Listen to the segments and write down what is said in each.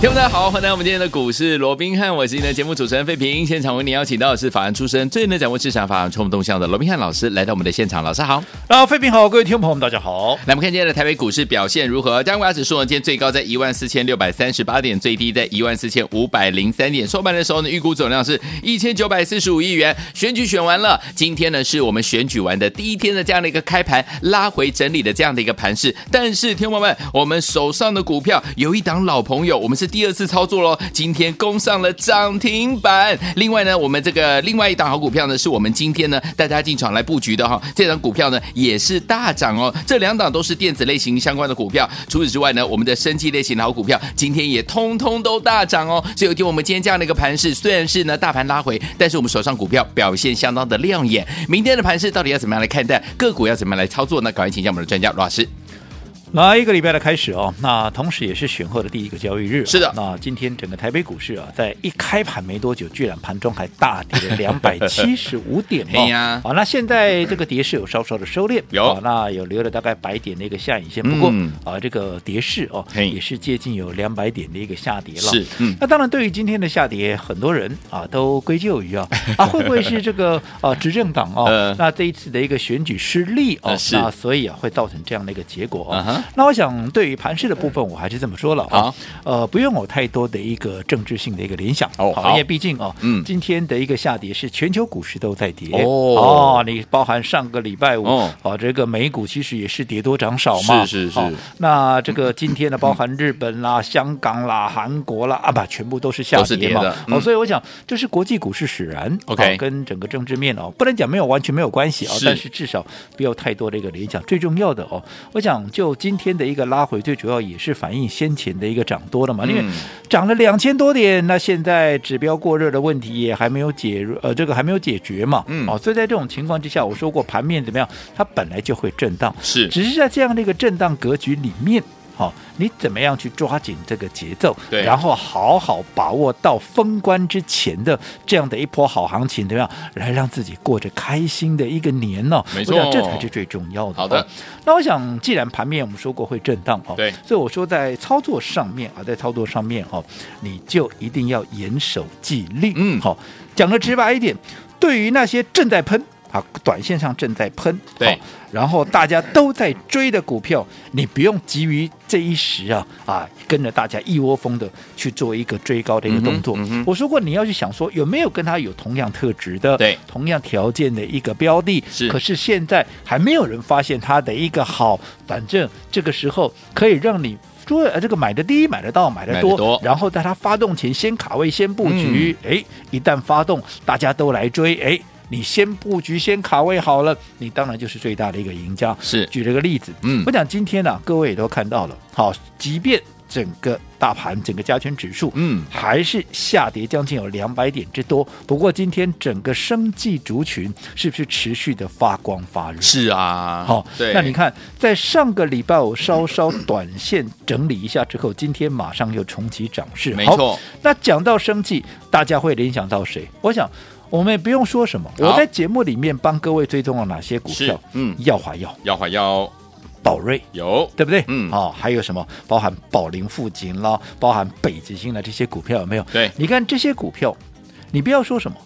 听众大家好，欢迎来到我们今天的股市罗宾汉，我是你的节目主持人费平。现场为您邀请到的是法案出身、最能掌握市场法案冲动向的罗宾汉老师，来到我们的现场。老师好，那费平啊好，各位听众朋友们，大家好。来我们看今天的台北股市表现如何？加权指数呢，今天最高在14,638点，最低在14,503点。收盘的时候呢，预估总量是1,945亿元。选举选完了，今天呢是我们选举完的第一天的这样的一个开盘，拉回整理的这样的一个盘势。但是，听众朋友们，我们手上的股票有一档老朋友，我们是第二次操作喽，今天攻上了涨停板。另外呢，我们这个另外一档好股票呢，是我们今天呢带大家进场来布局的哈、这档股票呢也是大涨哦，这两档都是电子类型相关的股票。除此之外呢，我们的生技类型的好股票今天也通通都大涨哦。所以，听我们今天这样的一个盘势，虽然是呢大盘拉回，但是我们手上股票表现相当的亮眼。明天的盘势到底要怎么样来看待？个股要怎么样来操作呢？赶快请教我们的专家罗老师。来一个礼拜的开始哦，那同时也是选后的第一个交易日、啊是的那今天整个台北股市啊，在一开盘没多久，居然盘中还大 跌两百七十五点哦。哎呀好，那现在这个跌势有稍稍的收敛，有好那有留了大概百点的一个下影线。不过、嗯啊，这个跌势哦，嘿也是接近有两百点的一个下跌了。是嗯那当然，对于今天的下跌，很多人啊都归咎 于啊啊，会不会是这个啊执政党哦、呃那这一次的一个选举失利哦，呃是那所以啊会造成这样的一个结果哦。啊哈那我想对于盘市的部分，我还是这么说了啊好，呃，不用有太多的一个政治性的一个联想哦好因为毕竟哦，嗯今天的一个下跌是全球股市都在跌哦你包含上个礼拜五哦哦，这个美股其实也是跌多涨少嘛，是是是哦那这个今天呢，包含日本啦、 香港啦、韩国啦啊，不，全部都是下都是跌跌嘛的，嗯哦，所以我想这是国际股市使然 OK 哦跟整个政治面哦，不能讲没有完全没有关系哦，是但是至少不要太多的一个联想。最重要的哦，我想就今天的一个拉回，最主要也是反映先前的一个涨多了嘛，因为嗯涨了两千多点，那现在指标过热的问题也还没有解，呃，这个还没有解决嘛，嗯哦，所以在这种情况之下，我说过盘面怎么样，它本来就会震荡，是只是在这样的一个震荡格局里面。好，你怎么样去抓紧这个节奏？对然后好好把握到封关之前的这样的一波好行情，怎么样来让自己过着开心的一个年呢、哦没错我想这才是最重要的、好的，那我想，既然盘面我们说过会震荡哦，对所以我说在操作上面啊，在操作上面哦，你就一定要严守纪律。嗯好、讲的直白一点，对于那些正在喷啊，短线上正在喷，对好然后大家都在追的股票，你不用急于这一时啊啊，跟着大家一窝蜂的去做一个追高的一个动作。嗯哼嗯哼我说过，你要去想说有没有跟他有同样特质的、对同样条件的一个标的，是可是现在还没有人发现它的一个好，反正这个时候可以让你。说呃这个买的低，买得到，买得买多，得多嗯然后在它发动前先卡位，先布局。哎、一旦发动，大家都来追，哎，你先布局，先卡位好了，你当然就是最大的一个赢家。是举了个例子，嗯我讲今天呢、各位也都看到了，好，即便整个大盘、整个加权指数，嗯还是下跌将近有两百点之多。不过今天整个生技族群是不是持续的发光发热？是啊，好、对，那你看，在上个礼拜我稍稍短线整理一下之后，今天马上又重启涨势。没好错，那讲到生计，大家会联想到谁？我想我们也不用说什么，好我在节目里面帮各位追踪了哪些股是票？嗯，耀华药、耀华耀宝瑞。有对不对？嗯哦，还有什么包含宝林富锦啦，包含北极星的这些股票有没有？对你看这些股票，你不要说什么。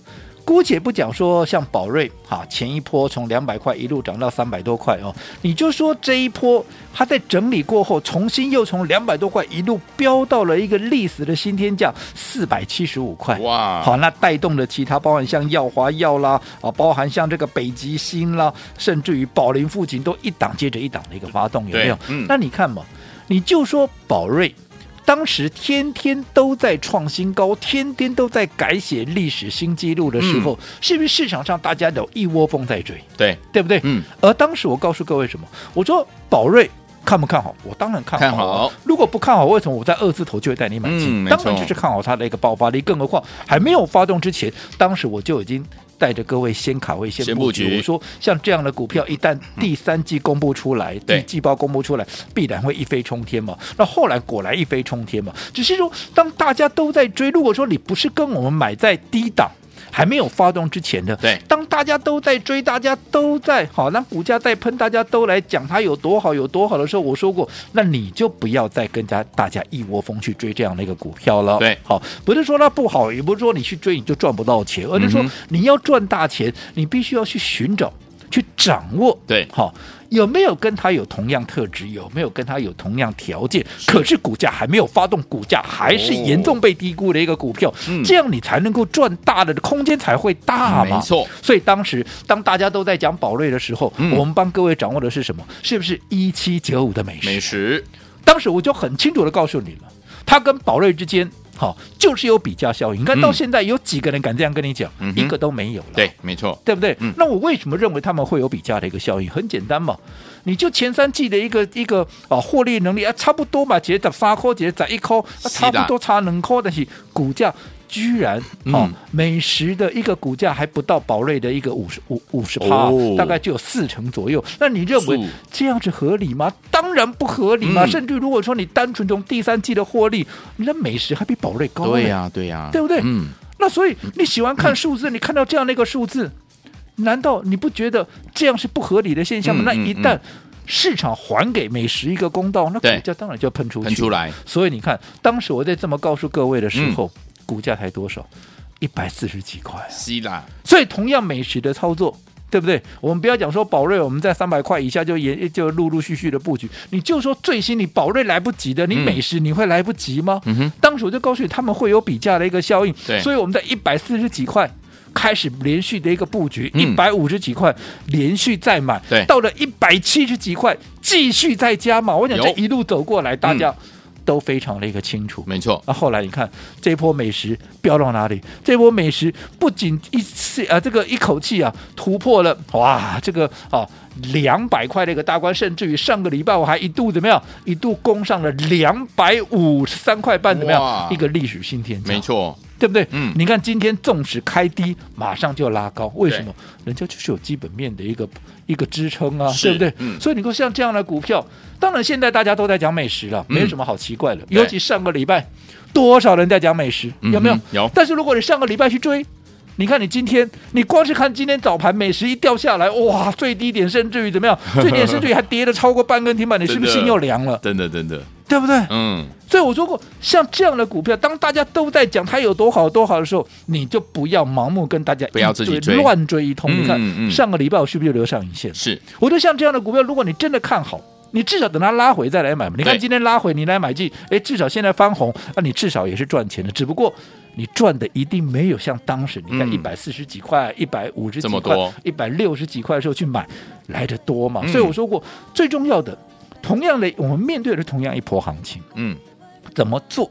姑且不讲说像宝瑞哈，前一波从两百块一路涨到三百多块哦，你就说这一波它在整理过后，重新又从两百多块一路飙到了一个历史的新天价四百七十五块，哇，好，那带动了其他，包含像耀华药啦，啊，包含像这个北极星啦，甚至于宝林附近都一档接着一档的一个发动，有没有对？嗯那你看嘛，你就说宝瑞。当时天天都在创新高，天天都在改写历史新纪录的时候，嗯是不是市场上大家有一窝蜂在追，对，对不对？嗯，而当时我告诉各位什么？我说宝瑞看不看好？我当然看好啊。看好如果不看好，为什么我在二字头就会带你买进？嗯没当错然就是看好它的一个爆发力。更何况还没有发动之前，当时我就已经带着各位先卡位、先先布布局。局我说像这样的股票，一旦第三季公布出来，对第季报公布出来，必然会一飞冲天嘛。那后来果然一飞冲天嘛。只是说，当大家都在追，如果说你不是跟我们买在低档。还没有发动之前的，对当大家都在追，大家都在好，那股价在喷，大家都来讲它有多好有多好的时候，我说过，那你就不要再跟家大家一窝蜂去追这样的一个股票了。对好，不是说它不好，也不是说你去追你就赚不到钱，而是说嗯哼你要赚大钱，你必须要去寻找、去掌握。对好。有没有跟它有同样特质？有没有跟它有同样条件？可是股价还没有发动，股价还是严重被低估的一个股票，哦嗯这样你才能够赚大的空间才会大嘛。没错，所以当时当大家都在讲宝瑞的时候，嗯我们帮各位掌握的是什么？是不是一七九五的美食？美食当时我就很清楚的告诉你了，它跟宝瑞之间，好、就是有比价效应。你看嗯到现在有几个人敢这样跟你讲？嗯哼一个都没有了。对，没错，对不对？嗯那我为什么认为他们会有比价的一个效应？很简单嘛，你就前三季的一个一个啊获利能力啊差不多嘛，节涨三块，节涨一块，啊是的差不多差两块，但是股价。居然嗯哦，美食的一个股价还不到宝瑞的一个五十五五十趴哦，大概只有四成左右。那你认为是这样子合理吗？当然不合理嘛。嗯甚至如果说你单纯从第三季的获利，那美食还比宝瑞高呢。对呀，对呀，对不对嗯，那所以你喜欢看数字，你看到这样的一个数字，难道你不觉得这样是不合理的现象嗯吗？那嗯一旦市场还给美食一个公道，那对股价当然就喷出喷去。出来，所以你看，当时我在这么告诉各位的时候，嗯股价才多少？一百四十几块啊。希腊所以同样美食的操作。对不对？我们不要讲说宝瑞，我们在三百块以下就也就陆陆续续的布局。你就说最新你宝瑞来不及的，你嗯美食你会来不及吗？嗯哼当时我就告诉你，他们会有比价的一个效应。对所以我们在一百四十几块开始连续的一个布局，一嗯百五十几块连续再买，对到了一百七十几块继续再加码。我想有嗯这一路走过来，大家都非常的一个清楚。没错，那后来你看这一波美食飙到哪里？这波美食不仅一次啊，这个一口气啊突破了哇，这个啊两百块的一个大关，甚至于上个礼拜我还一度怎么样，一度攻上了两百五十三块半，怎么哇样？一个历史新天价，没，错，对不对？嗯你看今天纵使开低，马上就拉高，为对什么？人家就是有基本面的一个一个支撑啊，是对不对？嗯所以你说像这样的股票，当然现在大家都在讲美食了，嗯没有什么好奇怪的。对尤其上个礼拜，多少人在讲美食，嗯哼有没有？有但是如果你上个礼拜去追。你看，你今天，你光是看今天早盘美食一掉下来，哇，最低点甚至于怎么样？最低点甚至于还跌了超过半根停板，你是不是真的心又凉了？真的，真的，对不对？嗯，所以我说过，像这样的股票，当大家都在讲它有多好多好的时候，你就不要盲目跟大家不要一堆自己追乱追一通。嗯你看、嗯嗯上个礼拜我是不是就留上影线？是我说像这样的股票，如果你真的看好。你至少等它拉回再来买嘛。你看对今天拉回，你来买进，哎，至少现在翻红，那、你至少也是赚钱的。只不过你赚的一定没有像当时你看嗯一百四十几块、一百五十这几么块多、一百六十几块的时候去买来的多嘛。嗯所以我说过，最重要的，同样的，我们面对的是同样一波行情。嗯，怎么做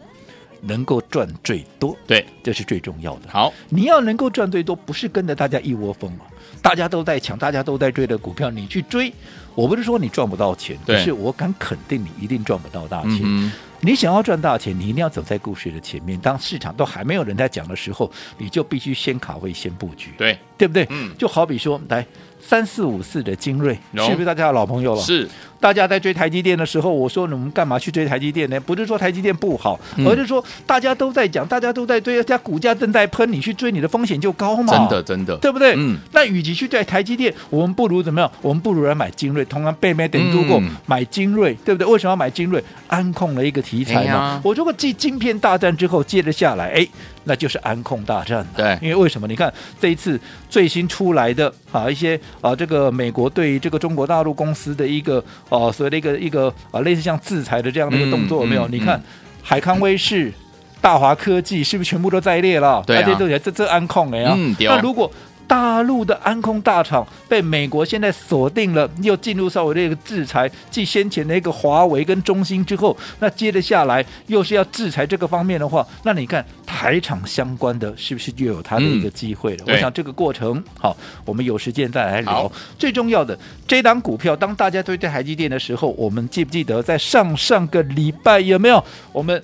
能够赚最多，对，这是最重要的。好，你要能够赚最多，不是跟着大家一窝蜂嘛？啊大家都在抢，大家都在追的股票，你去追，我不是说你赚不到钱，对可是我敢肯定你一定赚不到大钱。嗯哼，你想要赚大钱，你一定要走在故事的前面。当市场都还没有人在讲的时候，你就必须先卡位、先布局，对，对不对？嗯就好比说，来三四五四的精锐，有是不是大家的老朋友了？是大家在追台积电的时候，我说你们干嘛去追台积电呢？不是说台积电不好，嗯而是说大家都在讲，大家都在追，而且股价正在喷，你去追，你的风险就高嘛。真的，。真的，对不对？嗯，那与其去追台积电，我们不如怎么样？我们不如来买精锐，同样被没等住过、嗯买精锐，对不对？为什么要买精锐？安控的一个题材哎嘛。呀我如果继晶片大战之后，接着下来，哎，那就是安控大战了。对因为为什么？你看这一次最新出来的啊一些啊这个美国对于这个中国大陆公司的一个哦、所谓的一个一个啊类似像制裁的这样的一个动作嗯有没有？嗯你嗯看海康威视、大华科技是不是全部都在列了？对啊这这这这安控哎呀、嗯对哦那如果大陆的安控大厂被美国现在锁定了，又进入稍微的一个制裁，继先前的一个华为跟中兴之后，那接着下来又是要制裁这个方面的话，那你看台厂相关的是不是就有它的一个机会了？对我想这个过程好，我们有时间再来聊好。最重要的这档股票，当大家推荐台积电的时候，我们记不记得在上上个礼拜有没有我们？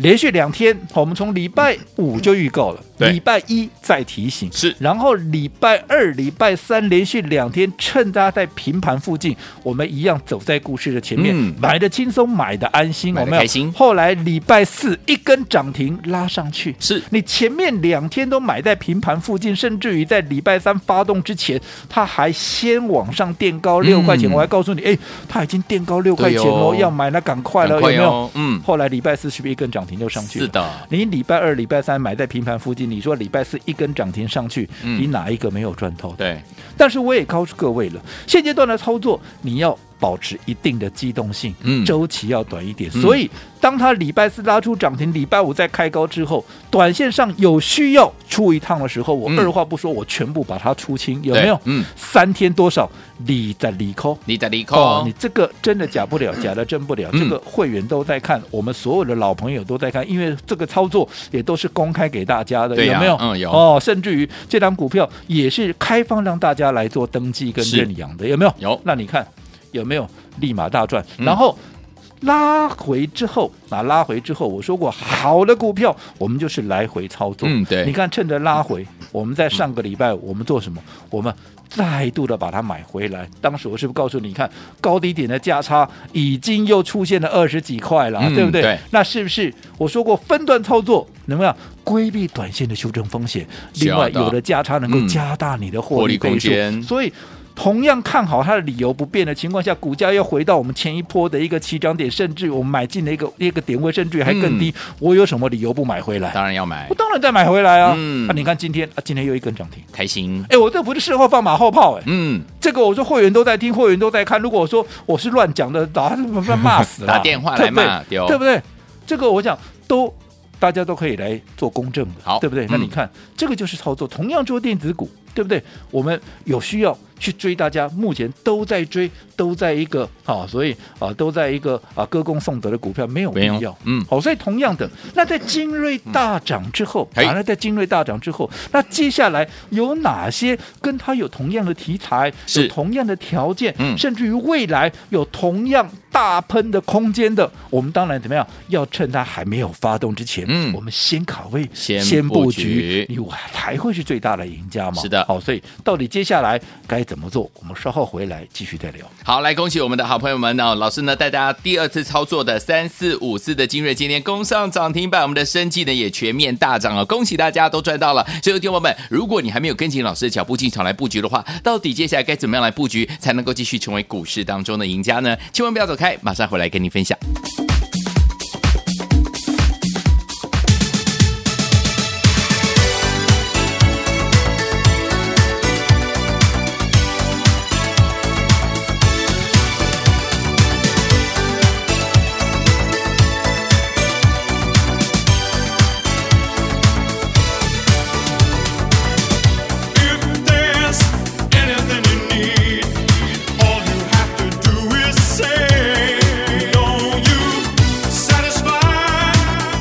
连续两天，好我们从礼拜五就预告了，对礼拜一再提醒，是然后礼拜二、礼拜三连续两天，趁它在平盘附近，我们一样走在故事的前面，嗯买的轻松，买的安心，买得有没有开心后来礼拜四一根涨停拉上去，是你前面两天都买在平盘附近，甚至于在礼拜三发动之前，它还先往上垫高六块钱，嗯我还告诉你，哎，它已经垫高六块钱对喽，哦要买那赶快了，赶快有没有哦？嗯后来礼拜四是不是一根涨停就上去了？是的，你礼拜二、礼拜三买在平盘附近，你说礼拜四一根涨停上去，嗯你哪一个没有赚头？对，但是我也告诉各位了，现阶段的操作你要保持一定的机动性，嗯周期要短一点。嗯所以，当它礼拜四拉出涨停，礼拜五再开高之后，短线上有需要出一趟的时候，我嗯二话不说，我全部把它出清，有没有对？嗯，三天多少？你的利空。你在离哦，空你，这个真的假不了，假的真不了。嗯这个会员都在看，我们所有的老朋友都在看，因为这个操作也都是公开给大家的，对呀有没有？嗯有哦，甚至于这张股票也是开放让大家来做登记跟是认养的，有没有？有那你看有没有立马大赚？嗯然后。拉回之后，啊，拉回之后，我说过，好的股票我们就是来回操作。嗯对你看趁着拉回，我们在上个礼拜我们做什么？我们再度的把它买回来。当时我是不是告诉你，你看高低点的价差已经又出现了二十几块了，啊嗯对不对？对那是不是我说过分段操作能不能规避短线的修正风险？是另外，要的有的价差能够嗯加大你的获获利利空倍数，间所以。同样看好它的理由不变的情况下，股价又回到我们前一波的一个起涨点，甚至我们买进的一个一个点位，甚至还更低，嗯我有什么理由不买回来？当然要买我，当然再买回来啊！嗯那、你看今天啊，今天又一根涨停，开心，哎，我这不是事后放马后炮哎、嗯，这个我说会员都在听，会员都在看。如果我说我是乱讲的，打骂死了，打电话来骂对对不哦对？对不对？这个我想都大家都可以来做公证的，好对不对？那嗯你看、这个就是操作，同样做电子股，对不对？我们有需要去追，大家目前都在追，都在一个啊，所以啊，都在一个啊歌功颂德的股票，没有必没要有，嗯好、所以同样的，那在精锐大涨之后，嘿反而在精锐大涨之后，那接下来有哪些跟它有同样的题材，是有同样的条件，嗯甚至于未来有同样大喷的空间的，我们当然怎么样，要趁它还没有发动之前，嗯我们先卡位，先布布局你我才会是最大的赢家嘛。是的好、所以到底接下来该怎么做，我们稍后回来继续再聊。好，来恭喜我们的好朋友们哦！老师呢带大家第二次操作的三四五四的精锐，今天攻上涨停板，我们的生计呢也全面大涨哦！恭喜大家都赚到了。所以，听友们，如果你还没有跟紧老师的脚步进场来布局的话，到底接下来该怎么样来布局才能够继续成为股市当中的赢家呢？千万不要走开，马上回来跟你分享。 If there's anything you need, all you have to do is say, Don't you satisfy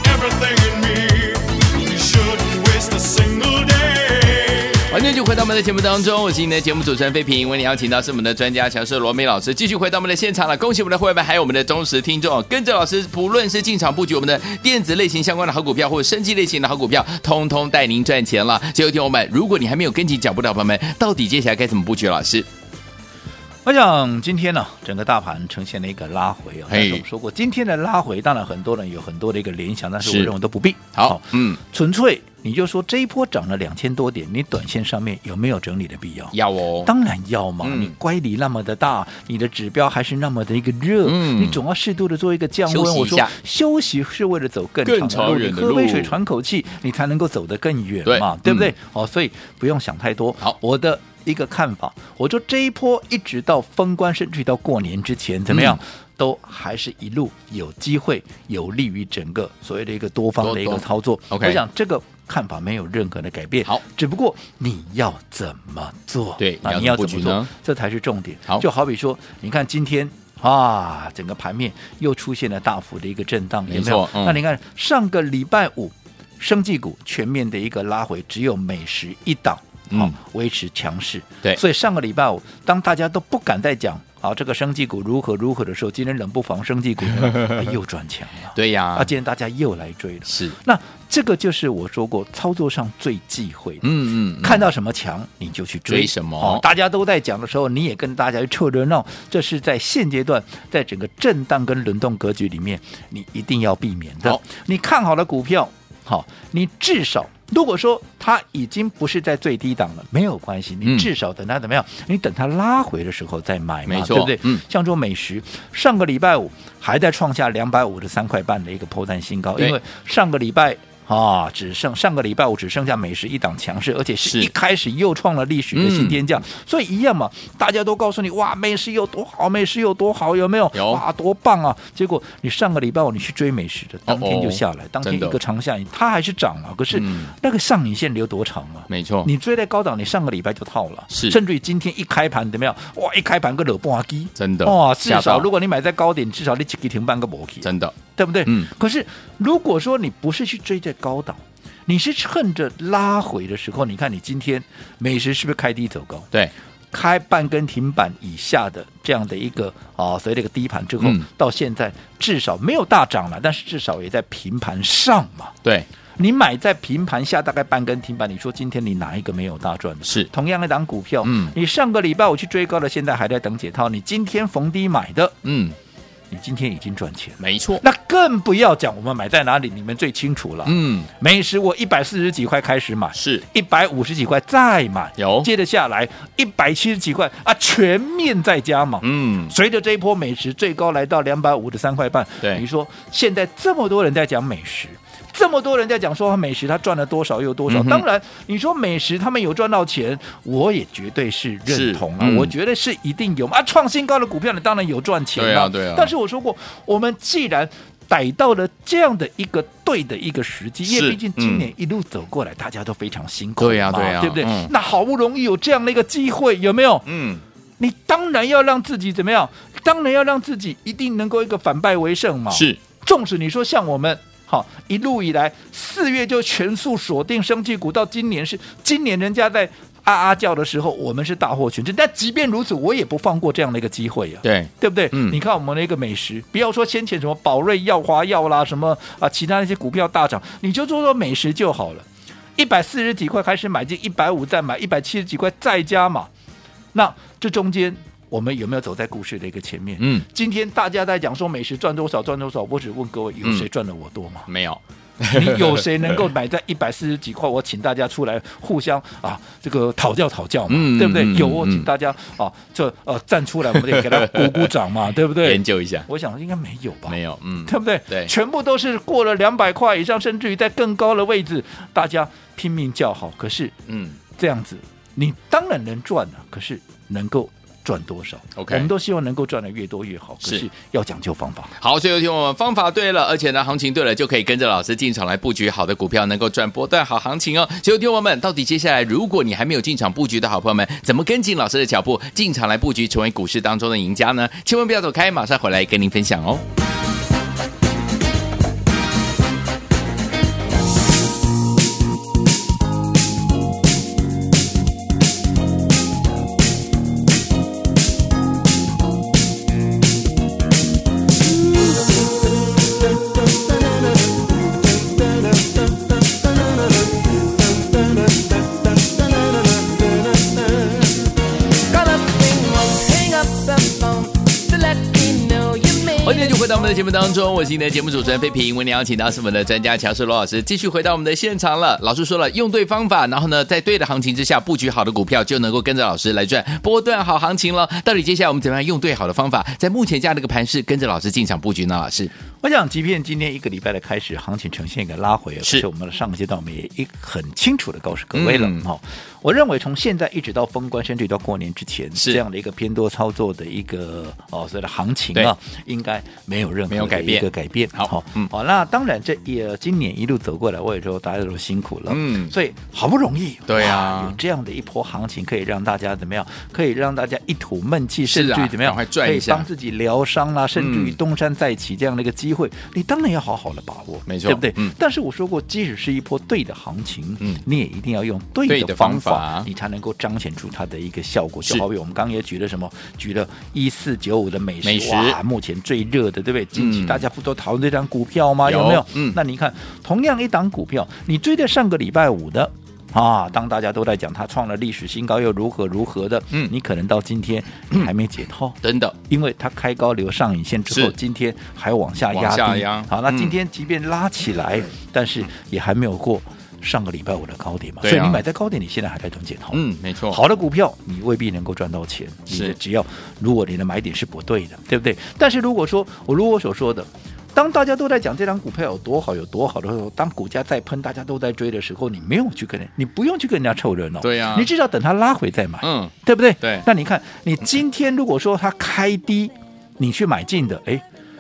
everything in me? You shouldn't waste a single day. 欢迎继续回到我们的节目当中，我是你的节目主持人费平，为你邀请到是我们的专家强势罗美老师，继续回到我们的现场了。恭喜我们的会员们，还有我们的忠实听众哦，跟着老师，不论是进场布局我们的电子类型相关的好股票，或者升级类型的好股票，通通带您赚钱了。所以，听友们，如果你还没有跟紧脚步的朋友们，到底接下来该怎么布局？老师，我想今天呢、整个大盘呈现了一个拉回啊。但嘿是我们说过，今天的拉回，当然很多人有很多的一个联想，但是是我认为都不必。好，嗯，纯粹你就说这一波涨了两千多点，你短线上面有没有整理的必要？要哦，当然要嘛，嗯你乖离那么的大，你的指标还是那么的一个热，嗯你总要适度的做一个降温。休息一我说下休息是为了走更长的更长路，远你的喝杯路水喘口气，你才能够走得更远对嘛，对不对嗯？哦，所以不用想太多。好我的。一个看法，我说这一波一直到封关，甚至到过年之前，怎么样，嗯都还是一路有机会，有利于整个所谓的一个多方的一个多操作。 OK 我想这个看法没有任何的改变。好，只不过你要怎么做？对那你你要要怎怎么布么局呢做？这才是重点。好就好比说，你看今天啊，整个盘面又出现了大幅的一个震荡，有没没错有？嗯那你看上个礼拜五，生技股全面的一个拉回，只有美食一档。嗯好维持强势。对所以上个礼拜五，当大家都不敢再讲好，这个生技股如何如何的时候，今天冷不防生技股呢、哎又转强 了。对呀、啊，今天大家又来追了。是，那这个就是我说过操作上最忌讳的。嗯嗯，嗯看到什么强你就去追哦追什么大家都在讲的时候，你也跟大家去凑热闹，这是在现阶段在整个震荡跟轮动格局里面，你一定要避免的好。你看好的股票，好，你至少。如果说它已经不是在最低档了，没有关系，你嗯至少等它怎么样？你等它拉回的时候再买嘛，没错对不对？嗯像做美食，上个礼拜五还在创下两百五十三块半的一个破绽新高，对因为上个礼拜。啊，只剩上个礼拜五只剩下美食一档强势，而且是嗯是一开始又创了历史的新天价，所以一样嘛，大家都告诉你哇，美食有多好，美食有多好，有没有？有哇，多棒啊！结果你上个礼拜五你去追美食的，当天就下来，哦哦当天真的一个长下影，它还是涨了，可是嗯那个上影线留多长啊？没错，你追在高档，你上个礼拜就套了，是甚至于今天一开盘怎么样？哇，一开盘个惹不阿基，真的哇，至吓到少如果你买在高点，至少你几停半个摩基，真的对不对？嗯。可是如果说你不是去追在高档，你是趁着拉回的时候，你看你今天美食是不是开低走高？对，开半根停板以下的这样的一个啊，所谓的一个低盘之后，嗯到现在至少没有大涨了，但是至少也在平盘上嘛。对，你买在平盘下大概半根停板，你说今天你哪一个没有大赚的？是同样一档股票，嗯你上个礼拜我去追高了，现在还在等解套，你今天逢低买的，嗯，你今天已经赚钱了。没错，那更不要讲我们买在哪里，你们最清楚了。嗯，美食我一百四十几块开始买，是一百五十几块再买，有接着下来一百七十几块啊，全面再加嘛。嗯，随着这一波美食最高来到两百五十三块半，对你说现在这么多人在讲美食。这么多人在讲说美食，他赚了多少又多少。嗯哼当然，你说美食他们有赚到钱，我也绝对是认同啊，是嗯我觉得是一定有嘛啊。创新高的股票，你当然有赚钱对啊对啊但是我说过，我们既然逮到了这样的一个对的一个时机，因是嗯为毕竟今年一路走过来，大家都非常辛苦嘛，对啊对啊不对？嗯那好不容易有这样的一个机会，有没有？嗯，你当然要让自己怎么样？当然要让自己一定能够一个反败为胜嘛。，是，纵使你说像我们。好，一路以来，四月就全速锁定生技股，到今年是今年人家在啊啊叫的时候，我们是大获全胜。但即便如此，我也不放过这样的一个机会啊呀、对，对不对？嗯你看我们的一个美食，不要说先前什么宝瑞、耀华、耀啦，什么啊，其他那些股票大涨，你就做做美食就好了。一百四十几块开始买进，一百五再买，一百七十几块再加嘛。那这中间我们有没有走在故事的一个前面？嗯，今天大家在讲说美食赚多少赚多少，我只问各位，有嗯谁赚的我多吗？没有，你有谁能够买在一百四十几块？我请大家出来互相啊，这个讨教讨教嘛，嗯对不对？嗯有，嗯我嗯请大家啊，这呃站出来，我们得给他鼓鼓 掌嘛，对不对研？究一下，我想应该没有吧，没有，嗯，对不对？对全部都是过了两百块以上，甚至于在更高的位置，大家拼命叫好。可是嗯，这样子，你当然能赚啊，可是能够。赚多少 OK 我们都希望能够赚的越多越好，可是是要讲究方法。好，所以有听我们方法对了，而且呢，行情对了，就可以跟着老师进场来布局好的股票，能够赚波段好行情哦。所以有听我们，到底接下来如果你还没有进场布局的好朋友们，怎么跟进老师的脚步，进场来布局，成为股市当中的赢家呢？千万不要走开，马上回来跟您分享哦。 Call up anyone, hang up the phone to let me know you made 欢迎继续 it. 回到我们的节目当中，我是您的节目主持人费平。为您邀请到是我们的专家乔世罗老师，继续回到我们的现场了。老师说了，用对方法，然后呢，在对的行情之下布局好的股票，就能够跟着老师来赚波段好行情了。到底接下来我们怎么样用对好的方法，在目前这样的一个盘势，跟着老师进场布局呢？老师，我想，即便今天一个礼拜的开始，行情呈现一个拉回，是可我们的上个阶段，我们也一很清楚的告诉各位了嗯哦。我认为从现在一直到封关，甚至于到过年之前，是这样的一个偏多操作的一个哦，所谓的行情对啊，应该没有任何没有改变的一个改变。好好，嗯好，那当然这也今年一路走过来，我也说大家都辛苦了，嗯所以好不容易，对啊哇有这样的一波行情，可以让大家怎么样？可以让大家一吐闷气，是啊甚至于怎么样？赶快赚一可以下帮自己疗伤啦、甚至于嗯东山再起这样的一个机会，你当然要好好的把握，没错对不对？嗯但是我说过，即使是一波对的行情，嗯你也一定要用对对的的方方啊话，你才能够彰显出它的一个效果。是就好比我们刚刚也举了什么，举了一四九五的美食，美食哇，目前最热的，对不对？近期嗯大家不都讨论这张股票吗？有有没有？嗯那你看，同样一档股票，你追着上个礼拜五的。啊，当大家都在讲它创了历史新高又如何如何的，嗯你可能到 今天你还没解套，真的因为它开高留上影线之后是，今天还往下压往低。下压好，那嗯今天即便拉起来，但是也还没有过上个礼拜五的高点嘛，对啊所以你买在高点，你现在还在等解套。嗯，没错，好的股票，你未必能够赚到钱。你是的只要如果你的买点是不对的，对不对？但是如果说我如我所说的，当大家都在讲这张股票有多好有多好的时候，当股价在喷，大家都在追的时候，你没有去跟人，你不用去跟人家凑热闹，对啊你至少等它拉回再买，嗯，对不对？对那你看，你今天如果说它开低，你去买进的，哎。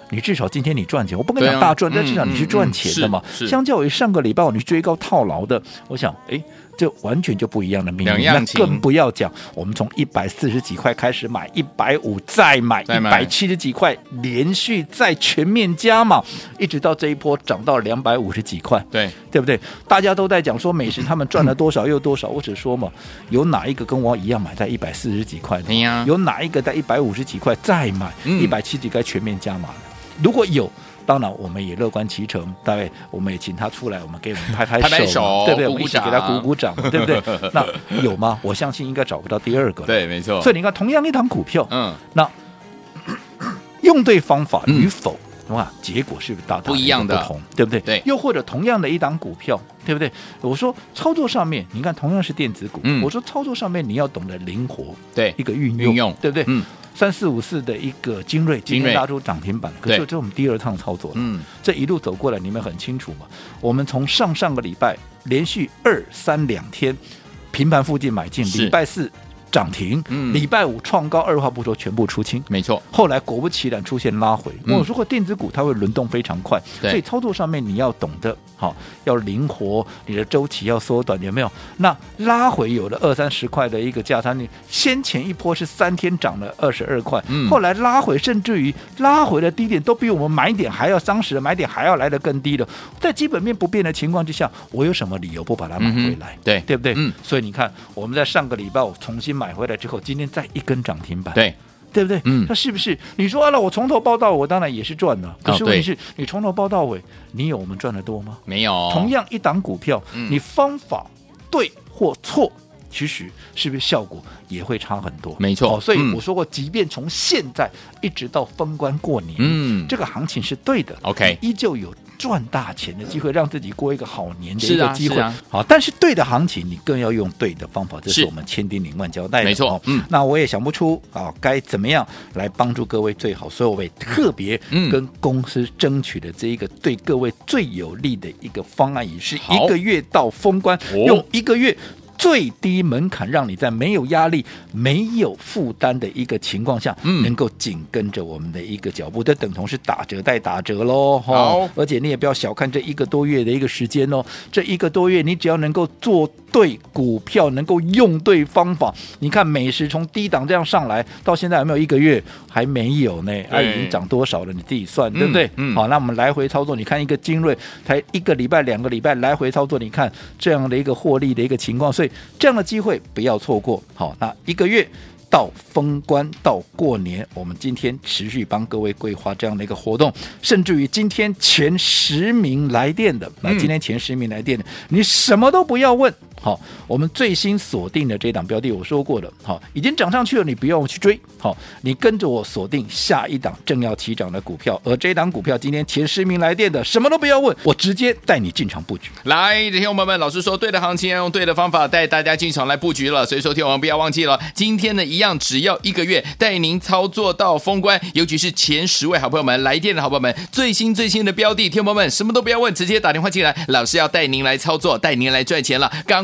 你至少今天你赚钱，我不跟你对啊讲大赚，但嗯至少你是赚钱的嘛嗯嗯。是是相较于上个礼拜你追高套牢的，我想，哎，这完全就不一样的命两运。样那情更不要讲，我们从一百四十几块开始买，一百五再买，再一买百七十几块，连续再全面加码，一直到这一波涨到两百五十几块。对，对不对？大家都在讲说美食他们赚了多少又多少，我只说嘛，有哪一个跟我一样买在一百四十几块的？哎呀有哪一个在一百五十几块再买嗯一百七几块全面加码的？如果有。当然，我们也乐观其成，大卫，我们也请他出来，我们给我们拍拍手嘛，拍拍手对不对？鼓鼓我们一起给他掌鼓鼓掌嘛，对不对？ 那有吗？我相信应该找不到第二个。，对，没错，所以你看，同样一档股票，嗯， 那用对方法嗯与否，哇，结果是不是大大不一样的有不同，对不对？对又或者同样的一档股票，对不对？我说操作上面，你看同样是电子股，嗯我说操作上面你要懂得灵活，对一个运用，运用对不对？嗯三四五四的一个精锐，今精锐天拉出涨停板，可是对这是我们第二趟操作了，嗯，这一路走过来，你们很清楚嘛？我们从上上个礼拜连续二三两天平盘附近买进，是礼拜四涨停，嗯礼拜五创高，二话不说全部出清。没错，后来果不其然出现拉回。嗯我说过电子股它会轮动非常快，对所以操作上面你要懂得好，要灵活，你的周期要缩短，有没有？那拉回有了二三十块的一个价差，你先前一波是三天涨了二十二块，嗯后来拉回，甚至于拉回的低点都比我们买点还要当时的买点还要来得更低了。在基本面不变的情况之下，我有什么理由不把它买嗯哼回来？对对不对？嗯所以你看，我们在上个礼拜我重新买回来之后，今天再一根涨停板，对，对不对？嗯哦那是不是你说啊？那我从头报到尾，我当然也是赚的。可是对哦问题是，你从头报到尾，你有我们赚的多吗？没有，同样一档股票，嗯你方法对或错，其实是不是效果也会差很多？没错哦所以嗯我说过，即便从现在一直到封关过年，嗯这个行情是对的。 OK 你依旧有。赚大钱的机会，让自己过一个好年的是一个啊机会。是啊好，但是对的行情，你更要用对的方法，这是是我们千叮咛万交代的。没错哦嗯那我也想不出啊，该怎么样来帮助各位最好，所以我也特别嗯跟公司争取的这一个对各位最有利的一个方案，也是好一个月到封关，哦用一个月。最低门槛，让你在没有压力、没有负担的一个情况下，嗯能够紧跟着我们的一个脚步，这等同是打折带打折喽。哈好而且你也不要小看这一个多月的一个时间哦，这一个多月你只要能够做对股票，能够用对方法，你看美食从低档这样上来，到现在有没有一个月？还没有呢，它、对已经涨多少了？你自己算，对不对？嗯好，那我们来回操作，你看一个精锐才一个礼拜、两个礼拜来回操作，你看这样的一个获利的一个情况，所以这样的机会不要错过。好，那一个月。到封关到过年，我们今天持续帮各位规划这样的一个活动，甚至于今天前十名来电的，那嗯今天前十名来电的，你什么都不要问。好，我们最新锁定的这档标的，我说过了，好，已经涨上去了，你不要去追，好，你跟着我锁定下一档正要起涨的股票，而这档股票今天前十名来电的，什么都不要问，我直接带你进场布局。来，听众朋友们，老师说对的行情要用对的方法带大家进场来布局了，所以说听我们不要忘记了，今天呢一样只要一个月带您操作到封关，尤其是前十位好朋友们来电的好朋友们，最新最新的标的，听众朋友们什么都不要问，直接打电话进来，老师要带您来操作，带您来赚钱了，赶